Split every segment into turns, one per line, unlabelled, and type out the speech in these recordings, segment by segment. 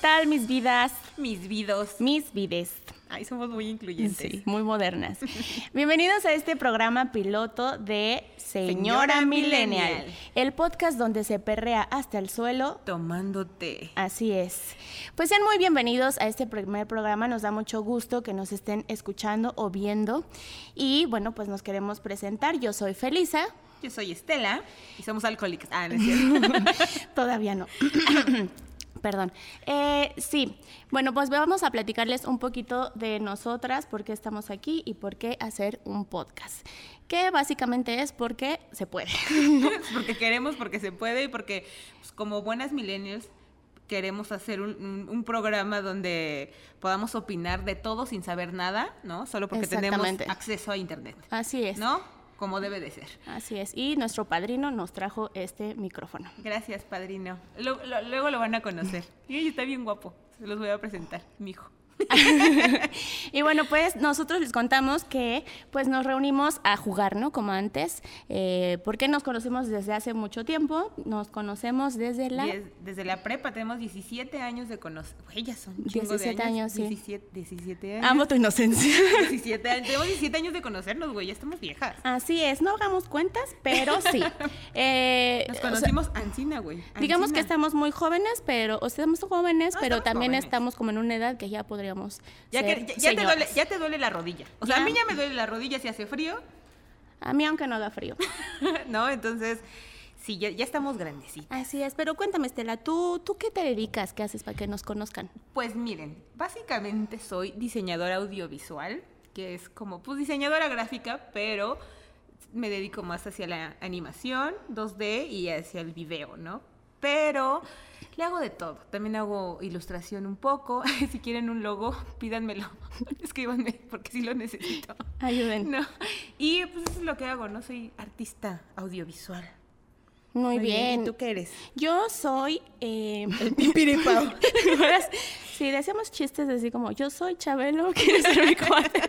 tal, mis vidas?
Mis vidos.
Mis vides.
Ay, somos muy incluyentes.
Sí, muy modernas. Bienvenidos a este programa piloto de Señora,
Señora
Millennial,
Millennial.
el podcast donde se perrea hasta el suelo.
Tomándote.
Así es. Pues sean muy bienvenidos a este primer programa. Nos da mucho gusto que nos estén escuchando o viendo. Y bueno, pues nos queremos presentar. Yo soy Felisa.
Yo soy Estela y somos alcohólicas. Ah, no es cierto.
Todavía no. Perdón. Eh, sí, bueno, pues vamos a platicarles un poquito de nosotras, por qué estamos aquí y por qué hacer un podcast. Que básicamente es porque se puede.
porque queremos, porque se puede y porque pues, como buenas millennials queremos hacer un, un- un programa donde podamos opinar de todo sin saber nada, ¿no? Solo porque tenemos
Exactamente.
acceso a internet,
Así es.
¿no? Como debe de ser.
Así es. Y nuestro padrino nos trajo este micrófono.
Gracias, padrino. Lo- lo- luego lo van a conocer. Y está bien guapo. Se los voy a presentar, mi hijo.
Y bueno, pues nosotros les contamos que pues nos reunimos a jugar, ¿no? Como antes, eh, porque nos conocemos desde hace mucho tiempo, nos conocemos desde la...
Diez- desde la prepa tenemos 17 años de conocer. Güey, ya son un chingo
17
de
años,
años.
sí.
17, 17 años.
Amo tu inocencia.
17 años. Tenemos 17 años de conocernos, güey. Ya estamos viejas.
Así es, no hagamos cuentas, pero sí. Eh,
Nos
o sea,
conocimos ancina, güey.
digamos
ancina.
que estamos muy jóvenes, pero, o sea, estamos jóvenes,
No,
pero
estamos
también
jóvenes.
estamos como en una edad que ya podríamos.
Ya,
ser
que- ya- ya te duele,
señoras.
ya te duele la rodilla. O sea,
Ya.
a mí ya me duele la rodilla si hace frío,
A mí, aunque no haga frío.
¿no? Entonces, sí, ya, ya estamos grandecitas.
Así es, pero cuéntame, Estela, ¿tú, ¿tú qué te dedicas? ¿Qué haces para que nos conozcan?
Pues miren, básicamente soy diseñadora audiovisual, que es como, pues diseñadora gráfica, pero me dedico más hacia la animación 2D y hacia el video, ¿no? Pero le hago de todo. También hago ilustración un poco. Si quieren un logo, pídanmelo. Escríbanme, porque sí lo necesito.
Ayuden.
No. Y pues eso es lo que hago, ¿no? Soy artista audiovisual.
Muy
Oye,
bien.
¿Y tú qué eres?
Yo soy. Eh...
El pipiripao.
¿te acuerdas? Sí, decíamos chistes así como: Yo soy Chabelo, ¿quieres ser mi cuate?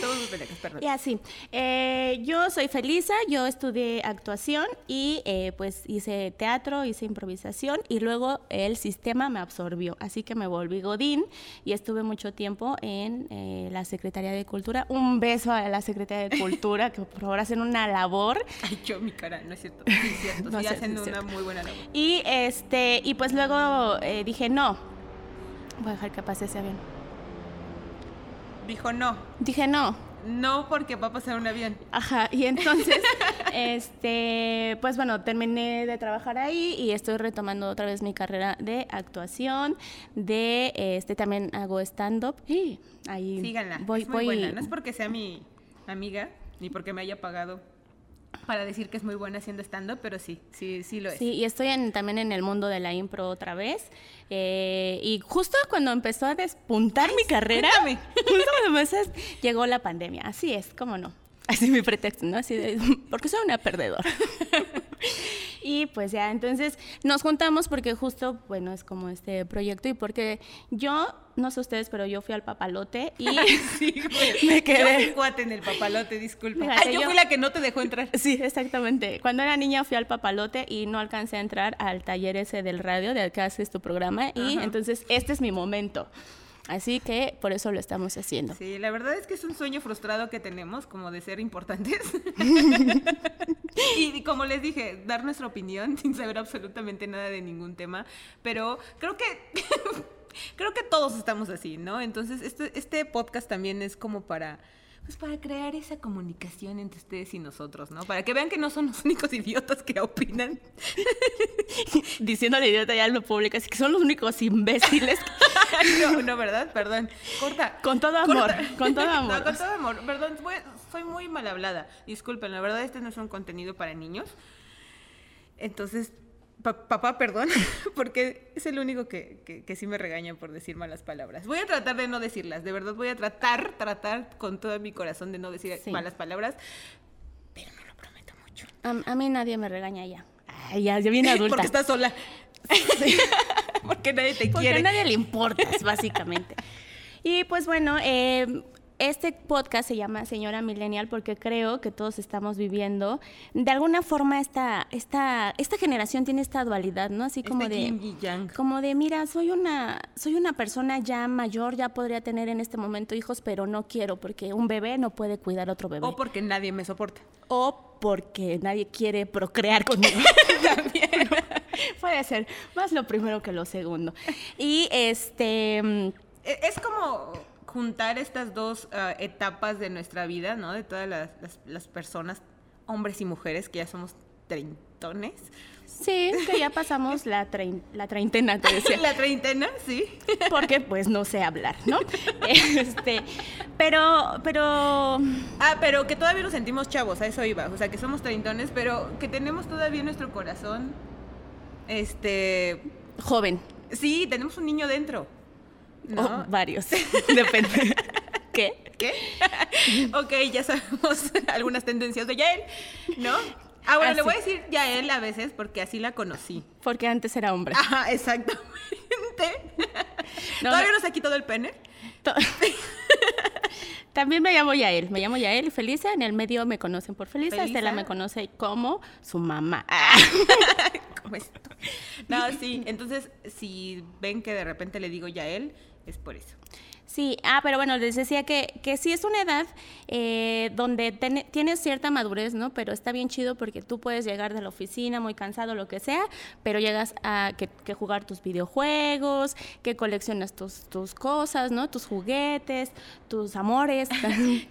Somos muy pendejos, perdón.
Y así, eh, yo soy Felisa, yo estudié actuación y eh, pues hice teatro, hice improvisación y luego el sistema me absorbió, así que me volví Godín y estuve mucho tiempo en eh, la Secretaría de Cultura. Un beso a la Secretaría de Cultura, que por favor hacen una labor.
Ay, yo mi cara, no es cierto. Sí, es cierto.
No
sí,
es cierto,
hacen
es
una
cierto.
muy buena labor.
Y, este, y pues luego eh, dije, no, voy a dejar que pase ese avión.
Dijo no.
Dije, no,
No porque va a pasar un avión.
Ajá, y entonces, este, pues bueno, terminé de trabajar ahí y estoy retomando otra vez mi carrera de actuación, de, este, también hago stand-up y ahí
Síganla.
voy,
es muy
voy-
buena. No es porque sea mi amiga, ni porque me haya pagado para decir que es muy buena haciendo stand-up, pero sí, sí, sí lo es.
Sí, y estoy en- también en el mundo de la impro otra vez. eh, y justo cuando empezó a despuntar mi carrera,
cuéntame.
justo cuando empezó, es- llegó la pandemia. Así es, cómo no. Así mi pretexto, ¿no? Así de, porque soy una perdedora. Y pues ya, entonces nos juntamos porque justo, bueno, es como este proyecto y porque yo, no sé ustedes, pero yo fui al papalote y...
Sí, güey.
Me quedé.
Yo fui cuate en el papalote, disculpa.
Fíjate,
Ay, yo,
yo-
fui la que no te dejó entrar.
Sí, exactamente. Cuando era niña fui al papalote y no alcancé a entrar al taller ese del radio de que haces tu programa y
Ajá.
entonces este es mi momento. Así que por eso lo estamos haciendo.
Sí, la verdad es que es un sueño frustrado que tenemos, como de ser importantes. y como les dije, dar nuestra opinión sin saber absolutamente nada de ningún tema. Pero creo que. creo que todos estamos así, ¿no? Entonces, este, este podcast también es como para. Pues para crear esa comunicación entre ustedes y nosotros, ¿no? Para que vean que no son los únicos idiotas que opinan.
Diciéndole idiota ya lo público, así que son los únicos imbéciles.
no, no, ¿verdad? Perdón. Corta.
Con todo amor, con todo amor.
No, con todo amor. Perdón, voy- soy muy mal hablada. Disculpen, la verdad este no es un contenido para niños. Entonces, pa- papá, perdón, porque es el único que, que, que sí me regaña por decir malas palabras. Voy a tratar de no decirlas, de verdad voy a tratar, tratar con todo mi corazón de no decir
Sí.
malas palabras, pero no lo prometo mucho.
A, a mí nadie me regaña ya. Ay, ya, ya viene adulta.
Porque estás sola. porque nadie te
Porque
quiere.
a nadie le importas, básicamente. Y pues bueno, eh, este podcast se llama Señora Millennial porque creo que todos estamos viviendo, de alguna forma esta, esta, esta generación tiene esta dualidad, ¿no? Así como
Este yin y yang.
de, como de, mira, soy una, soy una persona ya mayor, ya podría tener en este momento hijos, pero no quiero porque un bebé no puede cuidar a otro bebé.
O porque nadie me soporta.
O porque nadie quiere procrear conmigo. También. Puede ser más lo primero que lo segundo. Y este. mm,
E- Es como juntar estas dos ah, etapas de nuestra vida, ¿no? De todas las, las- las personas, hombres y mujeres, que ya somos treintones.
Sí, que ya pasamos la, trein- la treintena, te decía.
La treintena, sí.
Porque pues no sé hablar, ¿no? Este, pero, pero
Ah, pero que todavía nos sentimos chavos, a eso iba. O sea, que somos treintones, pero que tenemos todavía nuestro corazón. Este.
joven.
Sí, tenemos un niño dentro.
O
¿No?
varios. Depende. ¿Qué?
¿Qué? ok, ya sabemos algunas tendencias de Yael, ¿no? Ah, bueno,
Así.
le voy a decir Yael a veces porque así la conocí.
Porque antes era hombre.
Ajá, exactamente.
No,
Todavía
no.
no se ha quitado el pene.
To- También me llamo Yael. Me llamo Yael y Felisa. En el medio me conocen por Felisa.
Felisa.
Estela me conoce como su mamá.
¿Cómo es esto? No, sí. Entonces, si ven que de repente le digo Yael, es por eso.
Sí, ah, pero bueno, les decía que, que sí es una edad eh, donde ten- tienes cierta madurez, ¿no? Pero está bien chido porque tú puedes llegar de la oficina muy cansado, lo que sea, pero llegas a que, que jugar tus videojuegos, que coleccionas tus, tus cosas, ¿no? Tus juguetes, tus amores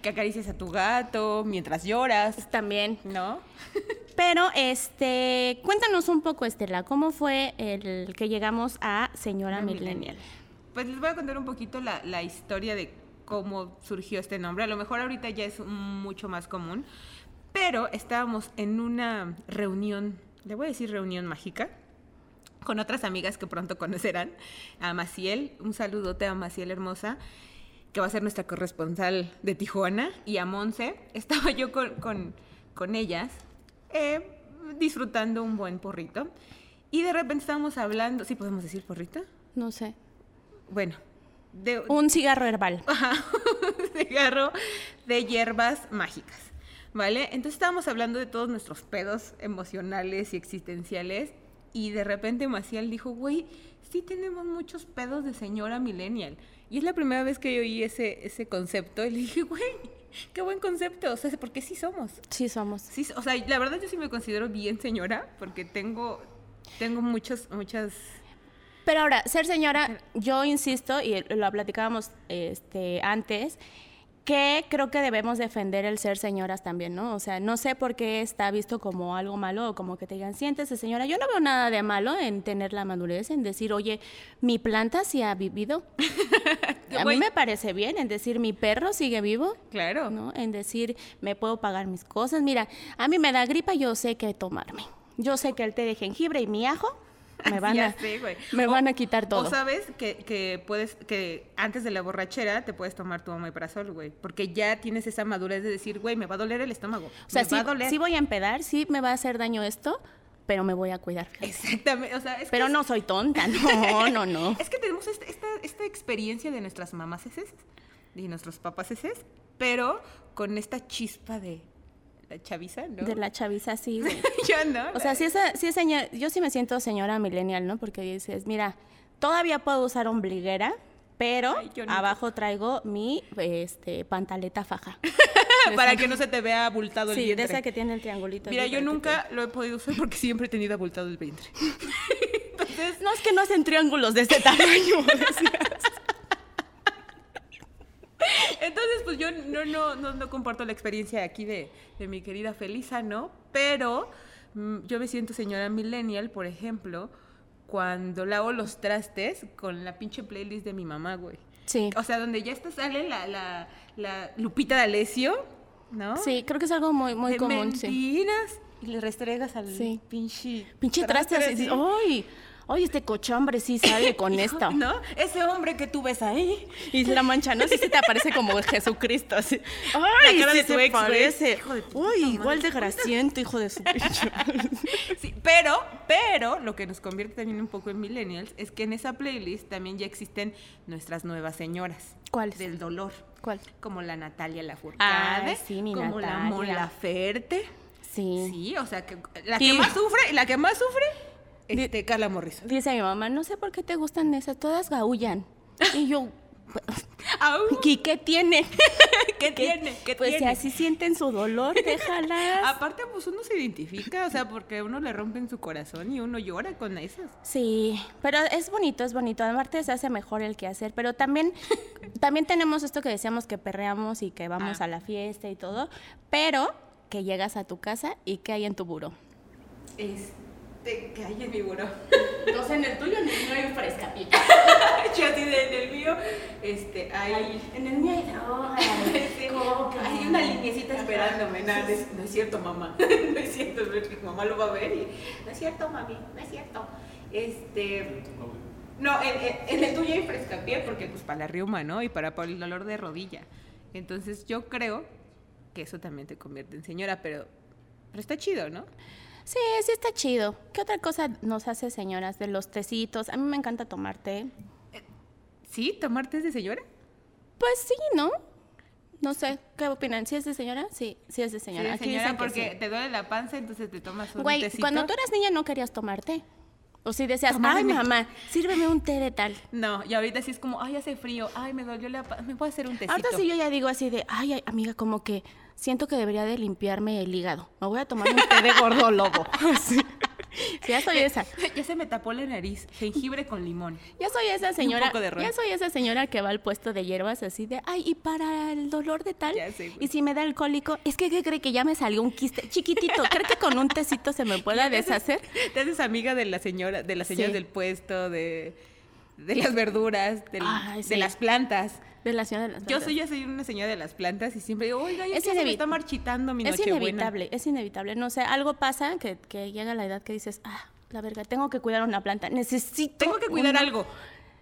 Que acaricies a tu gato mientras lloras,
también.
¿no?
Pero, este, cuéntanos un poco, Estela, ¿cómo fue el que llegamos a Señora
Una
Millennial?
millennial. Pues les voy a contar un poquito la, la historia de cómo surgió este nombre. A lo mejor ahorita ya es mucho más común, pero estábamos en una reunión, le voy a decir reunión mágica, con otras amigas que pronto conocerán, a Maciel, un saludote a Maciel hermosa, que va a ser nuestra corresponsal de Tijuana, y a Monse. Estaba yo con, con- con ellas eh, disfrutando un buen porrito. Y de repente estábamos hablando, ¿sí podemos decir porrito?
No sé.
bueno, de un
Un cigarro herbal.
cigarro de hierbas mágicas, ¿vale? Entonces estábamos hablando de todos nuestros pedos emocionales y existenciales y de repente Maciel dijo, güey, sí tenemos muchos pedos de señora millennial. Y es la primera vez que yo oí ese, ese concepto y le dije, güey, qué buen concepto, o sea, porque sí somos.
Sí somos.
Sí, o sea, la verdad yo sí me considero bien señora porque tengo, tengo muchas, muchas...
Pero ahora, ser señora, yo insisto, y lo platicábamos este, antes, que creo que debemos defender el ser señoras también, ¿no? O sea, no sé por qué está visto como algo malo o como que te digan, siéntese señora. Yo no veo nada de malo en tener la madurez, en decir, oye, mi planta sí ha vivido. A mí
Güey.
me parece bien, en decir, mi perro sigue vivo.
Claro.
¿no? En decir, me puedo pagar mis cosas. Mira, a mí me da gripa, yo sé qué tomarme. Yo sé que el té de jengibre y mi ajo me van,
Ya
a,
sé, güey.
me
O-
van a quitar todo.
O sabes que, que puedes, que antes de la borrachera te puedes tomar tu omeprazol, güey. Porque ya tienes esa madurez de decir, güey, me va a doler el estómago.
o sea,
me
sí,
va a doler.
sí voy a empedar, sí me va a hacer daño esto, pero me voy a cuidar.
Exactamente. O sea, es que
Pero
es-
no soy tonta, no, no, no.
Es que tenemos este- esta, esta experiencia de nuestras mamás y nuestros papás pero con esta chispa de la chaviza, ¿no?
De la chaviza, sí. güey.
Yo no.
O sea, sí, esa, sí es señor, yo sí me siento señora millennial, ¿no? Porque dices, mira, todavía puedo usar ombliguera, pero
Ay, yo no.
abajo traigo mi este, pantaleta faja.
Para que no se te vea abultado el
Sí, de
vientre.
esa que tiene el triangulito.
Mira,
aquí
yo
para que
nunca lo he podido usar porque siempre he tenido abultado el vientre. Entonces,
te- No, es que no hacen triángulos de este tamaño. decías.
Entonces, pues yo no, no, no, no comparto la experiencia aquí de, de mi querida Felisa, ¿no? Pero mm, yo me siento señora millennial, por ejemplo, cuando lavo los trastes con la pinche playlist de mi mamá, güey.
sí.
O sea, donde ya está sale la, la, la Lupita D'Alessio, ¿no?
Sí, creo que es algo muy, muy
De
común, sí.
mentiras. Y le restregas al
Sí.
pinche...
Pinche traste
traste
así. oh, dices,
así.
¡Ay! oye, este cochombre sí sale con esto.
¿No? Ese hombre que tú ves ahí.
Y la mancha, no sé si te aparece como Jesucristo, así. Ay,
cara
sí
de tu
te
ex, güey.
parece.
Hijo de tu puta
Uy,
madre.
igual de grasiento, hijo de su bicho.
Sí, pero, pero lo que nos convierte también un poco en millennials es que en esa playlist también ya existen nuestras nuevas señoras.
¿Cuáles?
Del dolor.
¿Cuál?
Como la Natalia Lafourcade,
Ay, sí, mi
como la
Natalia.
Mola Ferte.
Sí.
Sí, o sea, que la
Sí.
que más sufre, la que más sufre,
Di-
este, Carla Morrison.
Dice mi mamá, no sé por qué te gustan esas, todas gaullan. Y yo,
Au,
¿y qué tiene?
¿Qué tiene? ¿Qué
pues
tiene?
si así sienten su dolor, déjalas.
Aparte, pues uno se identifica, o sea, porque uno le rompen su corazón y uno llora con esas.
Sí, pero es bonito, es bonito. Aparte se hace mejor el que hacer, pero también, también tenemos esto que decíamos que perreamos y que vamos
Ah.
a la fiesta y todo, pero que llegas a tu casa y que hay en tu buró.
Este, que hay en mi buró.
Entonces en el tuyo no hay un frescapito.
Yo así de- en el mío, este, hay...
En el mío hay droga,
este, hay una linecita esperándome, nada, es- no es cierto, mamá, no es cierto, mi mamá lo va a ver y... No es cierto, mami, no es cierto. Este... No, en, en- en el tuyo hay frescapié porque pues para la riuma, ¿no? Y para, para el dolor de rodilla. Entonces yo creo que eso también te convierte en señora, pero, pero está chido, ¿no?
Sí, sí está chido. ¿Qué otra cosa nos hace señoras de los tecitos? A mí me encanta tomar té.
¿Sí? ¿Tomar test de señora?
Pues sí, ¿no? No sé, ¿qué opinan? ¿Si es de señora? Sí, sí es de señora.
Sí,
Aquí
señora,
dicen que
porque
sí.
te duele la panza, entonces te tomas un
Güey,
tecito.
cuando tú eras niña no querías tomarte. O si decías,
Tomarme
ay
mi-
mamá, sírveme un té de tal.
No, y ahorita sí es como, ay, hace frío, ay, me dolió la panza, me voy a hacer un tecito.
Ahorita sí yo ya digo así de, ay, ay, amiga, como que siento que debería de limpiarme el hígado. Me voy a tomar un té de gordo lobo. Así. Sí, ya soy esa.
Ya se me tapó la nariz, jengibre con limón.
Ya soy esa señora.
poco de ron.
Ya soy esa señora que va al puesto de hierbas así de, ay, y para el dolor de tal.
Ya sé, güey.
y si me da el cólico, es que ¿qué cree que ya me salió un quiste chiquitito. ¿Cree que con un tecito se me pueda deshacer?
Te haces amiga de la señora, de las señoras
Sí.
del puesto, de, de las verduras, del-
Ay, sí.
de las plantas.
De la señora de las
Yo
plantas.
soy, yo soy una señora de las plantas y siempre digo, oiga, ya
Es
que se me
inevi-
está marchitando mi
Es
nochebuena.
inevitable, es inevitable. No sé, algo pasa que, que llega la edad que dices, ah, la verga, tengo que cuidar una planta. Necesito.
Tengo que cuidar
una-".
algo,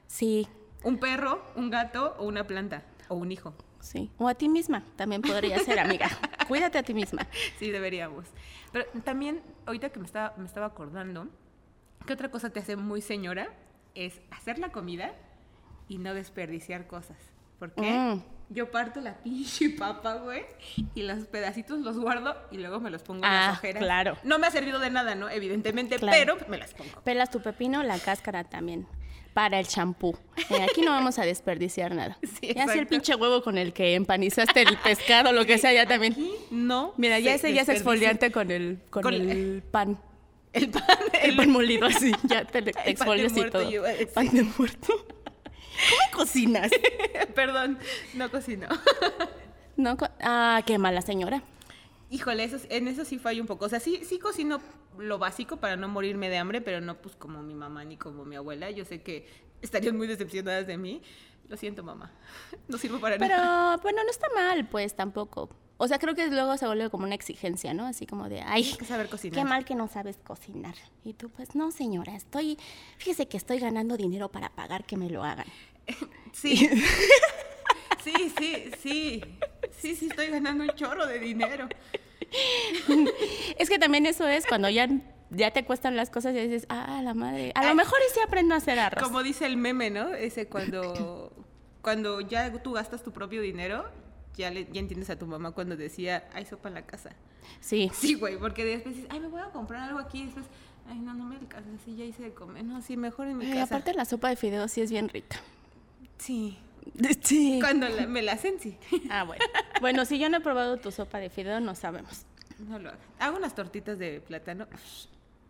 Sí,
un perro, un gato o una planta o un hijo.
sí. O a ti misma también podría ser, amiga. Cuídate a ti misma.
Sí, deberíamos. Pero también, ahorita que me estaba, me estaba acordando, que otra cosa te hace muy señora es hacer la comida y no desperdiciar cosas. ¿Por qué?
Mm.
Yo parto la pinche papa, güey, y los pedacitos los guardo y luego me los pongo en
Ah,
las ojeras.
claro.
No me ha servido de nada, ¿no? Evidentemente,
Claro.
pero me las pongo.
Pelas tu pepino, la cáscara también. Para el champú. Eh, aquí no vamos a desperdiciar nada.
Sí,
ya si el
exacto.
pinche huevo con el que empanizaste el pescado, lo que sea, ya también.
Aquí no.
Mira, ya
se
ese ya es
desperdicia.
exfoliante con el, con
Con-
el pan.
El pan,
El
el
pan molido así, ya te, te
pan de
exfolias y
muerto,
todo.
yo- eh,
Pan de muerto. ¿Cómo cocinas?
Perdón, no cocino.
No, co- ah, qué mala señora.
Híjole, eso, en eso sí fallo un poco. O sea, sí, sí cocino lo básico para no morirme de hambre, pero no pues como mi mamá ni como mi abuela. Yo sé que estarían muy decepcionadas de mí. Lo siento, mamá. No sirvo para nada.
Pero bueno, no está mal, pues tampoco. O sea, creo que luego se vuelve como una exigencia, ¿no? Así como de, ay,
Tienes que saber cocinar.
qué mal que no sabes cocinar. Y tú, pues no, señora, estoy, fíjese que estoy ganando dinero para pagar que me lo hagan.
Sí. sí, sí, sí. Sí, sí, estoy ganando un chorro de dinero.
Es que también eso es cuando ya, ya te cuestan las cosas y dices, ah, la madre, a lo
Ay.
mejor y sí aprendo a hacer arroz.
Como dice el meme, ¿no? Ese cuando, cuando ya tú gastas tu propio dinero, ya, le, ya entiendes a tu mamá cuando decía, hay sopa en la casa.
Sí.
Sí, güey, porque después dices, ay, me voy a comprar algo aquí. Y después, ay, no, no me alcanza. Sí, ya hice de comer. No, sí, mejor en mi
Ay,
casa.
aparte la sopa de fideos sí es bien rica.
Sí.
Sí.
Cuando la- me la hacen, sí.
Ah, bueno. Bueno, si yo no he probado tu sopa de fideos, no sabemos.
No lo hago. Hago unas tortitas de plátano.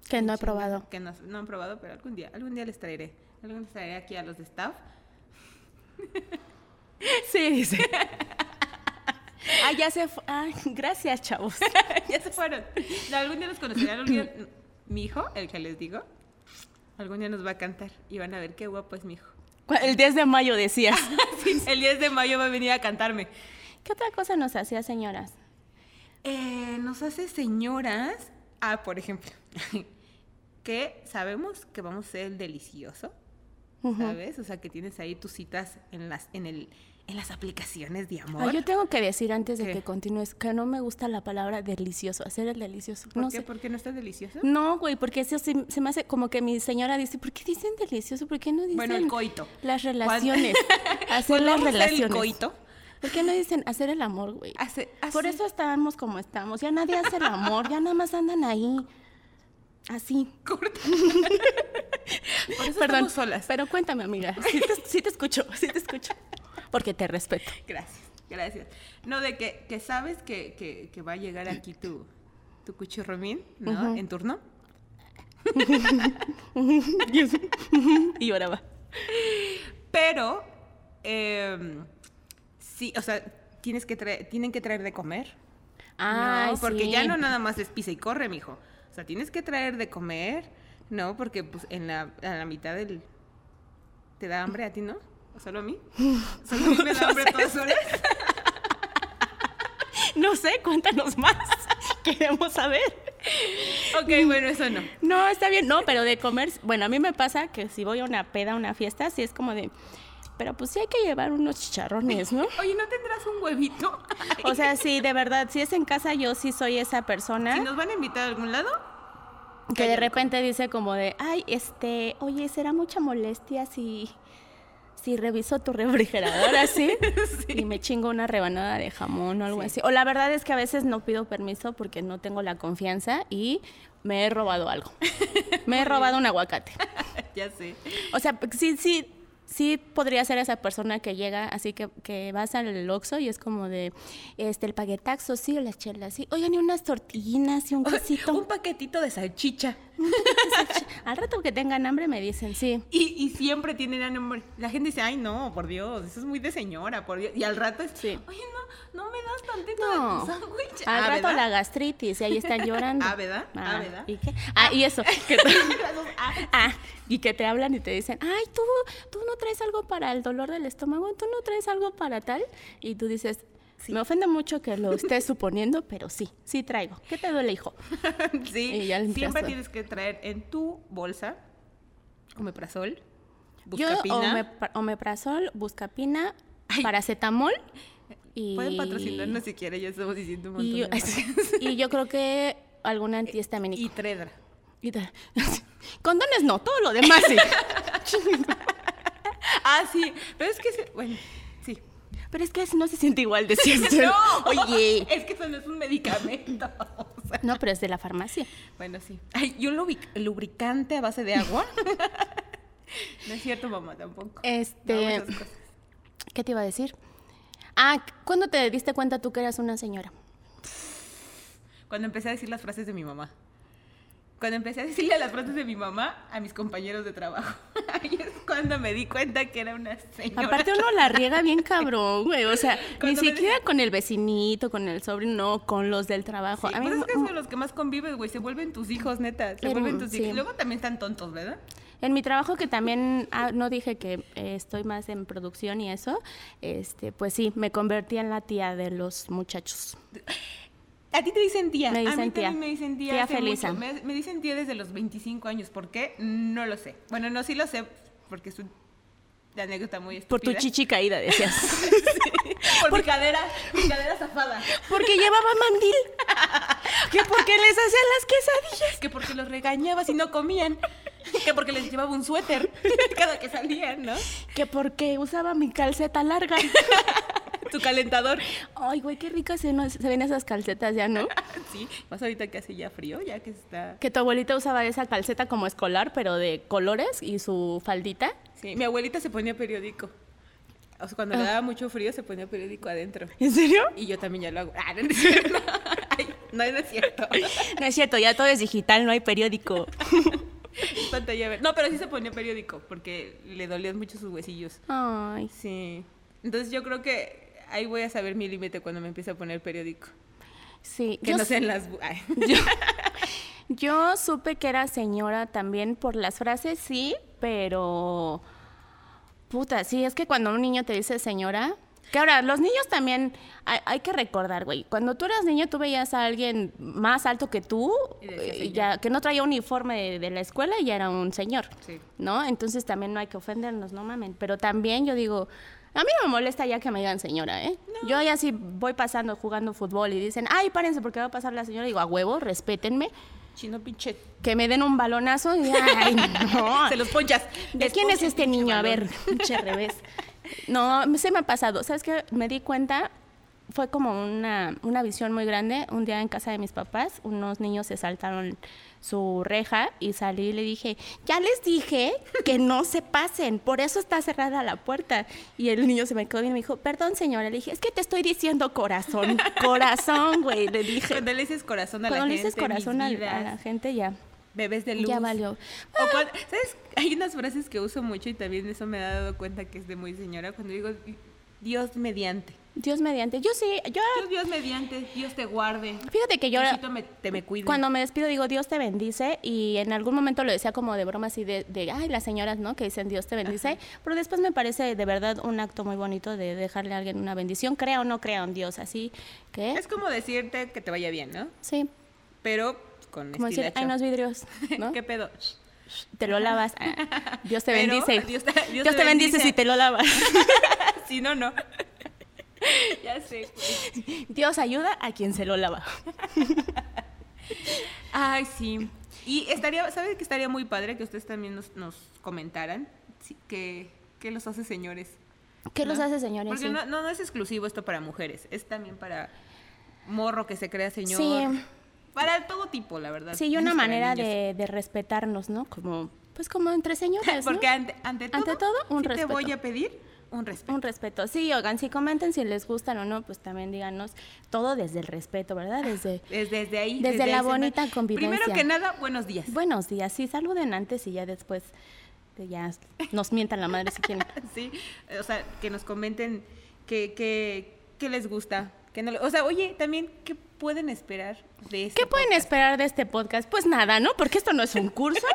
Que no he probado.
Que no, no han probado, pero algún día, algún día les traeré. Algún día les traeré aquí a los de staff.
Sí, dice. Ah, ya se fue. Ah, gracias, chavos.
ya se fueron. No, algún día los conocerán. algún día- Mi hijo, el que les digo, algún día nos va a cantar. Y van a ver qué guapo es mi hijo.
Cu- El 10 de mayo decías.
El 10 de mayo va a venir a cantarme.
¿Qué otra cosa nos hacía, señoras?
Eh, nos hace señoras. Ah, por ejemplo, que sabemos que vamos a ser el delicioso,
Ujú.
¿sabes? O sea, que tienes ahí tus citas en las, en el, en las aplicaciones de amor.
Ah, yo tengo que decir antes de
¿Qué?
que continúes que no me gusta la palabra delicioso, hacer el delicioso.
¿Por
no
qué?
sé.
¿Por qué no estás delicioso?
No, güey, porque eso se, se me hace como que mi señora dice, ¿por qué dicen delicioso? ¿Por qué no dicen
Bueno, el coito.
las
¿Cuál-
relaciones? Hacer
Pues
las
vamos a hacer
relaciones.
El coito.
¿Por qué no dicen hacer el amor, güey?
Hace-
Por
hace-
eso estamos como estamos. Ya nadie hace el amor, ya nada más andan ahí. Así.
Corta. Por eso
Perdón.
estamos solas.
Pero cuéntame, amiga. Sí te, sí te escucho, sí te escucho. Porque te respeto.
Gracias, gracias. No, de que, que sabes que, que- que va a llegar aquí tu, tu cuchurromín, ¿no?
Ujú.
En turno.
Y lloraba.
Pero, em, sí, o sea, tienes que traer, tienen que traer de comer.
Ay,
no, porque ya
sí.
no nada más es pisa y corre, mijo. O sea, tienes que traer de comer, ¿no? Porque pues en la, a la mitad del... ¿Te da hambre a ti, no? ¿O solo a mí? ¿Solo a mí me da hambre a todas horas?
No sé, cuéntanos más. Queremos saber.
Ok, bueno, eso no.
No, está bien. No, pero de comer, bueno, a mí me pasa que si voy a una peda, a una fiesta, sí es como de, pero pues sí hay que llevar unos chicharrones, ¿no?
Oye, ¿no tendrás un huevito?
O sea, sí, de verdad, si es en casa, yo sí soy esa persona
Si nos van a invitar a algún lado,
que de
cállate.
repente dice como de, ay, este, oye, será mucha molestia si, si reviso tu refrigerador así y me chingo una rebanada de jamón o algo
Sí.
así. O la verdad es que a veces no pido permiso porque no tengo la confianza y me he robado algo. Me he robado un aguacate.
ya sé.
O sea, sí, sí, sí podría ser esa persona que llega, así que, que vas al Oxxo y es como de, este, el paquetaxo, sí, o las chelas, sí. Oigan, y unas tortillinas y un quesito.
Un paquetito de salchicha.
Al rato que tengan hambre me dicen, sí.
Y, y siempre tienen hambre. La gente dice, ay, no, por Dios, eso es muy de señora, por Dios. Y al rato es,
Sí.
oye, no, no me das tantito de
No.
tu sándwich.
Al
Ah,
rato
¿verdad?
la gastritis y ahí están llorando.
Ah, ¿verdad? Ah, ¿verdad?
¿Y qué? Ah, y eso. que-
Las dos, ah,
ah, y que te hablan y te dicen, ay, tú, tú no traes algo para el dolor del estómago, tú no traes algo para tal. Y tú dices, me ofende mucho que lo estés suponiendo, pero sí, sí traigo. ¿Qué te duele, hijo?
sí,
Y ya limpias
siempre
todo.
tienes que traer en tu bolsa omeprazol,
Yo
buscapina.
omepra- omeprazol, buscapina, paracetamol y...
Pueden patrocinarnos si quieren, ya estamos diciendo un montón
y yo,
de marcas.
y yo creo que algún antihistamínico.
Y Tredra.
Y da- Condones no, todo lo demás sí.
Ah, sí, pero es que, se- bueno, sí.
Pero es que no se siente igual de cierto.
No,
Oye.
Es que eso no es un medicamento. o sea,
No, pero es de la farmacia.
Bueno, sí. Ay, ¿y un lubric- lubricante a base de agua? no es cierto, mamá, tampoco. No,
Este,
esas cosas.
¿qué te iba a decir? Ah, ¿cuándo te diste cuenta tú que eras una señora?
Cuando empecé a decir las frases de mi mamá. Cuando empecé a decirle las frases de mi mamá a mis compañeros de trabajo. Ahí es cuando me di cuenta que era una señora.
Aparte uno la riega bien cabrón, güey. O sea, ni
Cuando me
siquiera con el vecinito, con el sobrino, no, con los del trabajo.
Sí,
A mí
pues es
mu-
que es con los que más convives, güey. Se vuelven tus hijos, neta. Se
Pero,
vuelven tus hijos.
sí.
Y luego también están tontos, ¿verdad?
En mi trabajo, que también ah, no dije que eh, estoy más en producción y eso, este, pues sí, me convertí en la tía de los muchachos.
A ti te dicen tía.
Me
a mí
dicen tía.
también me dicen tía.
Tía
hace
Felisa.
mucho. Me, me dicen tía desde los 25 años. ¿Por qué? No lo sé. Bueno, no, sí lo sé porque es una anécdota muy estúpida.
Por tu chichi caída, decías.
Por, mi cadera, mi cadera zafada.
Porque llevaba mandil. Que porque les hacían las quesadillas.
Que porque los regañabas y no comían. Que porque les llevaba un suéter cada que salían, ¿no?
Que porque usaba mi calceta larga.
Tu calentador.
Ay, güey, qué ricas se, nos- se ven esas calcetas ya, ¿no?
Sí, más ahorita que hace ya frío, ya que está...
Que tu abuelita usaba esa calceta como escolar, pero de colores y su faldita.
Sí, mi abuelita se ponía periódico. O sea,
Ah.
cuando le daba mucho frío se ponía periódico adentro.
¿En serio?
Y yo también ya lo hago. Ah, no, no es cierto. Ay, no, no es cierto.
No es cierto, ya todo es digital, no hay periódico.
Pantalla verde. No, pero sí se ponía periódico porque le dolían mucho sus huesillos.
Ay.
Sí. Entonces yo creo que ahí voy a saber mi límite cuando me empiece a poner periódico.
Sí,
Que
yo
no
sé.
sean las... bu- Ay.
Yo, yo supe que era señora también por las frases, sí, pero... Puta, sí, es que cuando un niño te dice señora, Que ahora, los niños también, hay, hay que recordar, güey, cuando tú eras niño tú veías a alguien más alto que tú,
Y decías,
eh,
"Ella".
ya, que no traía uniforme de, de la escuela y ya era un señor,
Sí.
¿no? Entonces también no hay que ofendernos, no mamen. Pero también yo digo, a mí no me molesta ya que me digan señora, ¿eh? Yo ya si voy pasando jugando fútbol y dicen, ay, párense porque va a pasar la señora, digo, a huevo, respétenme,
Chino pinche.
que me den un balonazo y ay, no.
Se los ponchas.
¿De
Les
quién es
ponchas,
este
pinche
niño? A
balón.
ver, pinche revés. No, se me ha pasado. ¿Sabes qué? Me di cuenta, fue como una, una visión muy grande. Un día en casa de mis papás, unos niños se saltaron su reja y salí y le dije, ya les dije que no se pasen, por eso está cerrada la puerta. Y el niño se me quedó bien y me dijo, perdón señora, le dije, es que te estoy diciendo corazón, corazón, güey, le dije.
Cuando le dices corazón a la
Cuando le
gente.
dices corazón
mis
a, a
vidas,
la gente, ya,
Bebés de luz.
ya valió.
O cuan- ¿Sabes? Hay unas frases que uso mucho y también eso me ha dado cuenta que es de muy señora. Cuando digo Dios mediante.
Dios mediante, yo sí, yo
Dios, Dios mediante, Dios te guarde.
Fíjate que yo
Diosito me- te me cuide.
cuando me despido digo Dios te bendice y en algún momento lo decía como de broma así de, de, ay las señoras no que dicen Dios te bendice pero después me parece de verdad un acto muy bonito de dejarle a alguien una bendición crea o no crea en Dios así que
Es como decirte que te vaya bien, ¿no?
sí
Pero con
como decir
estilacho.
hay unos vidrios ¿no?
¿Qué pedo? Shh.
te lo lavas Ah, Dios te
Pero
bendice
Dios te- Dios te
te bendice
bendice.
si te lo lavas
Si no, no. ya sé. güey.
Dios ayuda a quien se lo lava
Ay, sí. Y estaría, ¿sabes que estaría muy padre que ustedes también nos, nos comentaran sí, que, que los hace señores?
qué los
¿no?
hace señores
Porque
Sí.
no, no, no es exclusivo esto para mujeres, es también para morro que se crea señor.
Sí.
Para todo tipo, la verdad.
sí y una
Menos para
manera
niños.
de, de respetarnos no como pues como entre señores ¿no?
Porque ante, ante todo,
Ante todo, un
sí te
respeto.
voy a pedir un respeto.
Un respeto. Sí, oigan, si comenten si les gustan o no, pues también díganos todo desde el respeto, ¿verdad? Desde
Es desde ahí.
Desde la
ahí se
bonita
empieza. Primero
convivencia.
que nada, buenos días.
buenos días. Sí, saluden antes y ya después que ya nos mientan la madre si quieren.
Sí, o sea, que nos comenten qué que, que les gusta. Que no, le- o sea, oye, también, ¿qué pueden esperar de esto?
¿Qué pueden esperar de este podcast? Pues nada, ¿no? Porque esto no es un curso.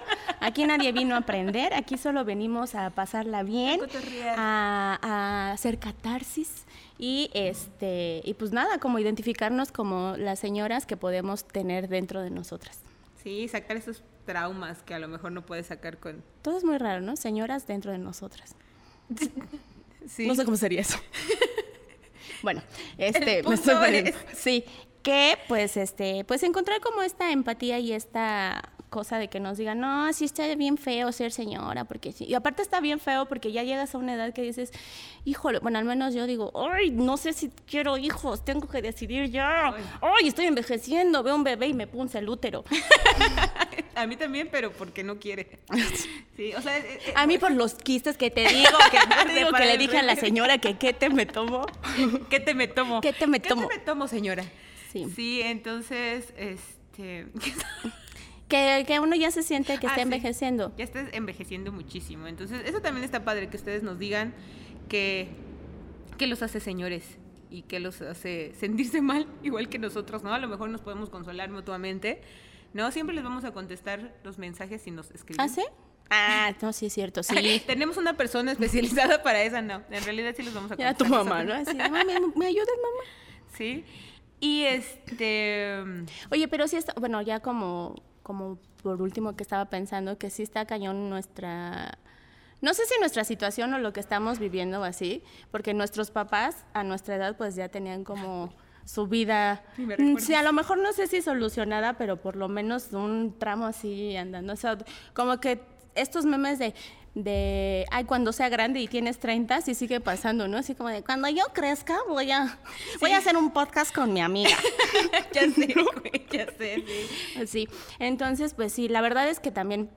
Aquí nadie vino a aprender. Aquí solo venimos a pasarla bien,
A cotorrear.
a, a hacer catarsis y este y pues nada, como identificarnos como las señoras que podemos tener dentro de nosotras.
Sí, sacar esos traumas que a lo mejor no puedes sacar con...
Todo es muy raro, ¿no? Señoras dentro de nosotras.
Sí.
No sé cómo sería eso. bueno, este,
punto
me estoy perdiendo.
es-
Sí, que pues este, pues encontrar como esta empatía y esta cosa de que nos digan, no, sí está bien feo ser señora, porque sí. Y aparte está bien feo porque ya llegas a una edad que dices, híjole, bueno, al menos yo digo, ay, no sé si quiero hijos, tengo que decidir ya.
Ay.
Ay, estoy envejeciendo, veo un bebé y me punza el útero.
A mí también, pero porque no quiere. Sí, o sea... eh, eh,
A mí por los quistes que te digo, que, digo que le dije a la señora que qué te me tomó.
¿Qué te me tomo?
¿Qué te me tomo?
¿Qué te me tomo, señora?
Sí.
Sí, entonces, este...
Que, que uno ya se siente que
Ah,
está
sí.
envejeciendo.
Ya estás envejeciendo muchísimo. Entonces, eso también está padre que ustedes nos digan que, que los hace señores y que los hace sentirse mal, igual que nosotros, ¿no? A lo mejor nos podemos consolar mutuamente. No, siempre les vamos a contestar los mensajes si nos escriben.
¿Ah, sí? Ah, no, sí es cierto, sí.
Tenemos una persona especializada para esa, no. En realidad sí los vamos a
Ya
contestar.
tu mamá, ¿no?
nosotros.
Así, de, mami, ¿me ayudas, mamá?
Sí. Y este.
Oye, pero sí está, bueno, ya como, como por último que estaba pensando, que sí está cañón nuestra, no sé si nuestra situación o lo que estamos viviendo o así, porque nuestros papás a nuestra edad pues ya tenían como su vida,
Ni me
mm,
recuerdes.
sí, a lo mejor no sé si solucionada, pero por lo menos un tramo así andando, o sea, como que estos memes de de, ay, cuando sea grande y tienes 30, sí sigue pasando, ¿no? Así como de, cuando yo crezca, voy a, voy a hacer un podcast con mi amiga.
Ya sé, güey, ya sé, sí.
Sí, entonces pues sí, la verdad es que también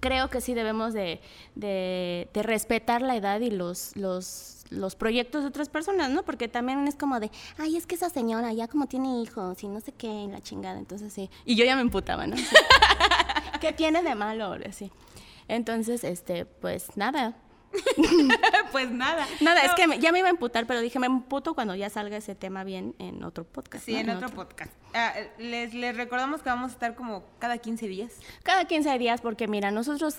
creo que sí debemos de, de- de respetar la edad y los, los, los proyectos de otras personas, ¿no? Porque también es como de, ay, es que esa señora ya como tiene hijos y no sé qué, y la chingada, entonces sí. Y yo ya me emputaba, ¿no? Así, ¿Qué tiene de malo ahora sí? Entonces, este, pues nada.
Pues nada.
Nada, es
No,
que me- ya me iba a emputar, pero dije, me emputo cuando ya salga ese tema bien en otro podcast.
Sí,
¿no?
en otro podcast. Ah, les, les recordamos que vamos a estar como cada 15 días.
Cada 15 días, porque mira, nosotros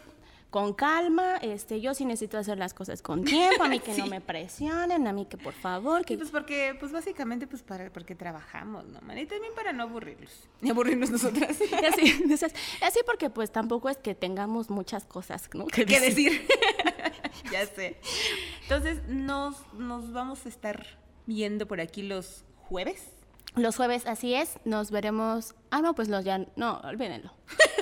con calma, este, yo sí necesito hacer las cosas con tiempo, a mí que no me presionen, a mí que por favor,
Sí,
que
pues porque, pues básicamente, pues para, porque trabajamos, ¿no, man? Y también para no aburrirlos. Ni aburrirnos nosotras.
Y así, dices, así porque pues tampoco es que tengamos muchas cosas, ¿no? Que
¿Qué
decir.
decir? ya sé. Entonces, nos, nos vamos a estar viendo por aquí los jueves.
Los jueves, así es, nos veremos. Ah, no, pues los ya. No, olvídenlo.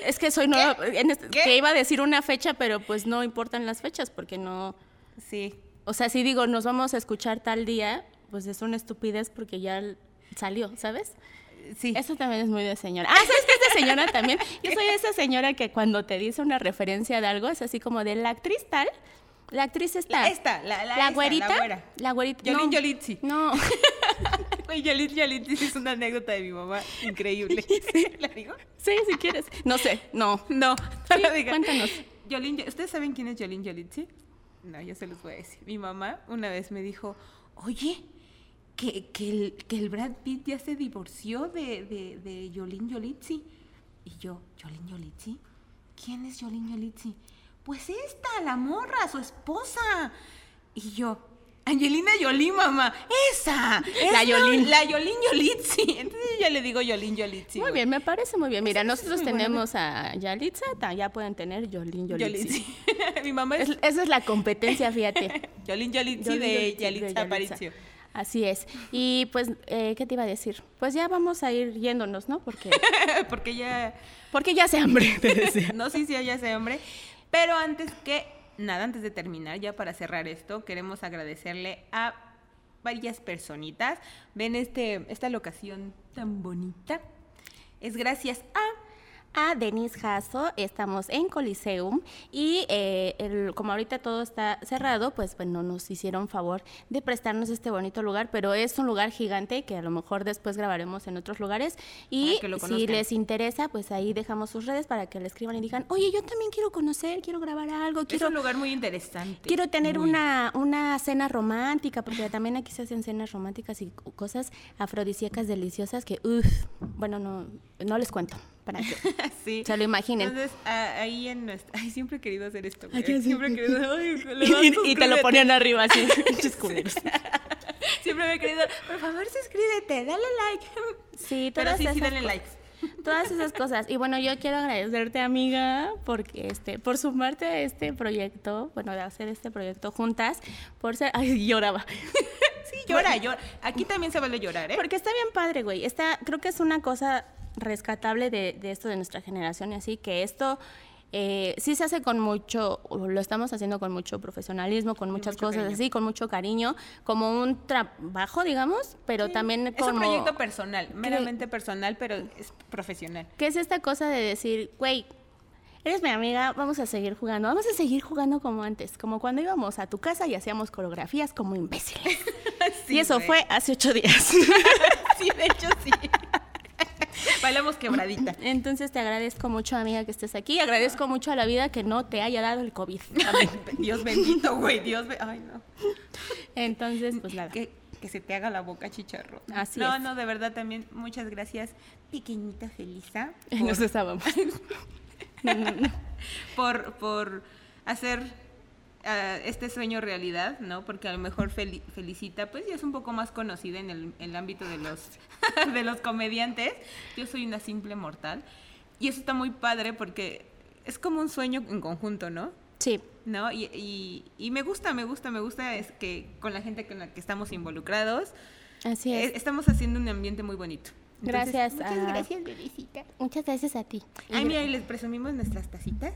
Es que soy nueva. en este-
¿Qué?
Que iba a decir una fecha, pero pues no importan las fechas porque no.
Sí.
O sea, si digo, nos vamos a escuchar tal día, pues es una estupidez porque ya l- salió, ¿sabes?
Sí.
Eso también es muy de señora. Ah, ¿sabes qué es de señora también? Yo soy esa señora que cuando te dice una referencia de algo es así como de la actriz tal, la actriz está.
Esta, la,
La
la, esta,
güerita.
La güera.
La güerita.
Yolín
no.
Yolitzi.
No.
Güey, Yolín Yolitzi es una anécdota de mi mamá increíble. ¿La digo?
Sí, si quieres. No sé. No.
No, no
Sí,
lo diga.
cuéntanos.
Yolín, ¿ustedes saben quién es Yolín Yolitzi? No, yo se los voy a decir. Mi mamá una vez me dijo, oye, que, que el, que el Brad Pitt ya se divorció de, de, de Yolín Yolitzi. Y yo, ¿Yolín Yolitzi? ¿Quién es Yolín Yolitzi? Pues esta, la morra, su esposa. Y yo, Angelina Yolí, mamá, esa.
La
esa,
Yolín.
La Yolín Yolitzi. Entonces yo ya le digo Yolín Yolitzi.
muy
güey. Pues
bien, me parece muy bien. Mira,
Esa- esa es
nosotros
muy buena.
tenemos a Yalitza, ta- ya pueden tener Yolín Yolitzi.
Yolitzi. Mi mamá es
Es- esa es la competencia, fíjate.
Yolín Yolitzi
Yolín
de
Yolitzi, de
Yalitza Aparicio.
Así es. Y pues, eh, ¿qué te iba a decir? Pues ya vamos a ir yéndonos, ¿no? Porque,
Porque ya,
porque ya se hambre. te decía.
no sé si haya ese hombre. Pero antes que nada, antes de terminar, ya para cerrar esto, queremos agradecerle a varias personitas. Ven este, esta locación tan bonita. Es gracias a
a Denise Jasso, estamos en Coliseum y eh, el- como ahorita todo está cerrado, pues bueno, nos hicieron favor de prestarnos este bonito lugar, pero es un lugar gigante que a lo mejor después grabaremos en otros lugares y
Para que lo
si
conozcan.
les interesa, pues ahí dejamos sus redes para que le escriban y digan, oye, yo también quiero conocer, quiero grabar algo,
es
quiero...
un lugar muy interesante.
Quiero tener
Muy-
una, una cena romántica, porque también aquí se hacen cenas románticas y co- cosas afrodisíacas deliciosas que, uff, bueno, no, no les cuento para que
Sí.
se lo imaginen.
Entonces, a- ahí en nuestra. Ay, siempre he querido hacer esto. güey.
Aquí así.
Siempre he querido. Ay, le dan
y, y te lo
suscríbete.
ponían arriba así. pinches culeros.
Siempre me he querido. Por favor, suscríbete, dale like.
Sí,
Pero
todas
sí, sí,
esas
dale
cosas.
like.
Todas esas cosas. Y bueno, yo quiero agradecerte, amiga, porque este, por sumarte a este proyecto, bueno, de hacer este proyecto juntas, por ser. Ay, lloraba.
Sí, llora, llora. Aquí también se vale llorar, ¿eh?
Porque está bien padre, güey. Está, creo que es una cosa rescatable de, de esto de nuestra generación y así, que esto eh, sí se hace con mucho, o lo estamos haciendo con mucho profesionalismo, con muchas
mucho
cosas
cariño.
así, con mucho cariño, como un trabajo, digamos, pero también
Es
como...
un proyecto personal, meramente personal, pero es profesional.
¿Qué es esta cosa de decir, güey, eres mi amiga, vamos a seguir jugando? Vamos a seguir jugando como antes, como cuando íbamos a tu casa y hacíamos coreografías como imbéciles.
Sí,
y eso
güey.
fue hace ocho días.
Sí, de hecho, sí. Bailamos quebradita.
Entonces te agradezco mucho, amiga, que estés aquí. Agradezco mucho a la vida que no te haya dado el COVID.
Ay, Dios bendito, güey. Dios be- Ay, no.
Entonces, pues nada.
Que, que se te haga la boca chicharro.
Así
no,
es.
no, de verdad también muchas gracias, pequeñita Felisa,
Nos
por,
estábamos. No, no, no.
por, por hacer ah, este sueño realidad, ¿no? Porque a lo mejor Feli- Felicita, pues ya es un poco más conocida en el, en el ámbito de los, de los comediantes. Yo soy una simple mortal. Y eso está muy padre porque es como un sueño en conjunto, ¿no?
Sí,
¿no? Y, y- y me gusta, me gusta, me gusta es que con la gente con la que estamos involucrados,
así es.
eh, estamos haciendo un ambiente muy bonito. Entonces,
Gracias
Muchas
a-
gracias, Belicita.
Muchas gracias a ti.
Ay, mira, y les presumimos nuestras tacitas.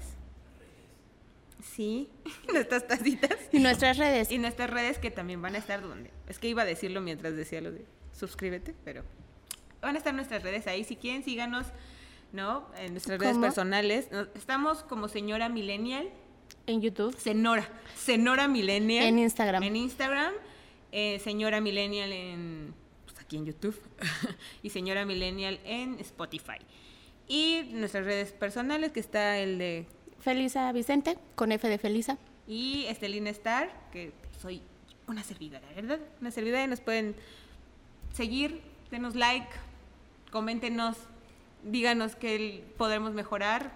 Sí, nuestras tacitas.
Y nuestras redes.
Y nuestras redes que también van a estar donde. Es que iba a decirlo mientras decía lo de suscríbete, pero van a estar nuestras redes ahí. Si quieren, síganos, ¿no? En nuestras redes
¿Cómo?
personales. No, Estamos como señora millennial.
En YouTube.
Senora. Senora Millennial.
En Instagram.
En Instagram. eh, señora Millennial en. Pues aquí en YouTube. y Señora Millennial en Spotify. Y nuestras redes personales, que está el de.
Felisa Vicente, con F de Felisa.
Y Estelina Star, que soy una servidora, ¿verdad? Una servidora y nos pueden seguir, denos like, coméntenos, díganos qué podremos mejorar.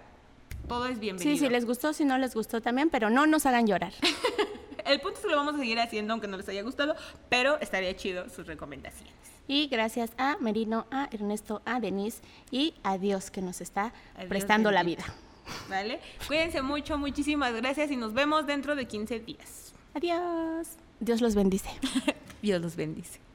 Todo es bienvenido.
Sí, si les gustó, si no les gustó también, pero no nos hagan llorar.
El punto es que lo vamos a seguir haciendo aunque no les haya gustado, pero estaría chido sus recomendaciones.
Y gracias a Merino, a Ernesto, a Denise y a Dios que nos está
Adiós,
prestando la vida.
bendito. ¿Vale? Cuídense mucho, muchísimas gracias y nos vemos dentro de 15 días.
Adiós. Dios los bendice.
Dios los bendice.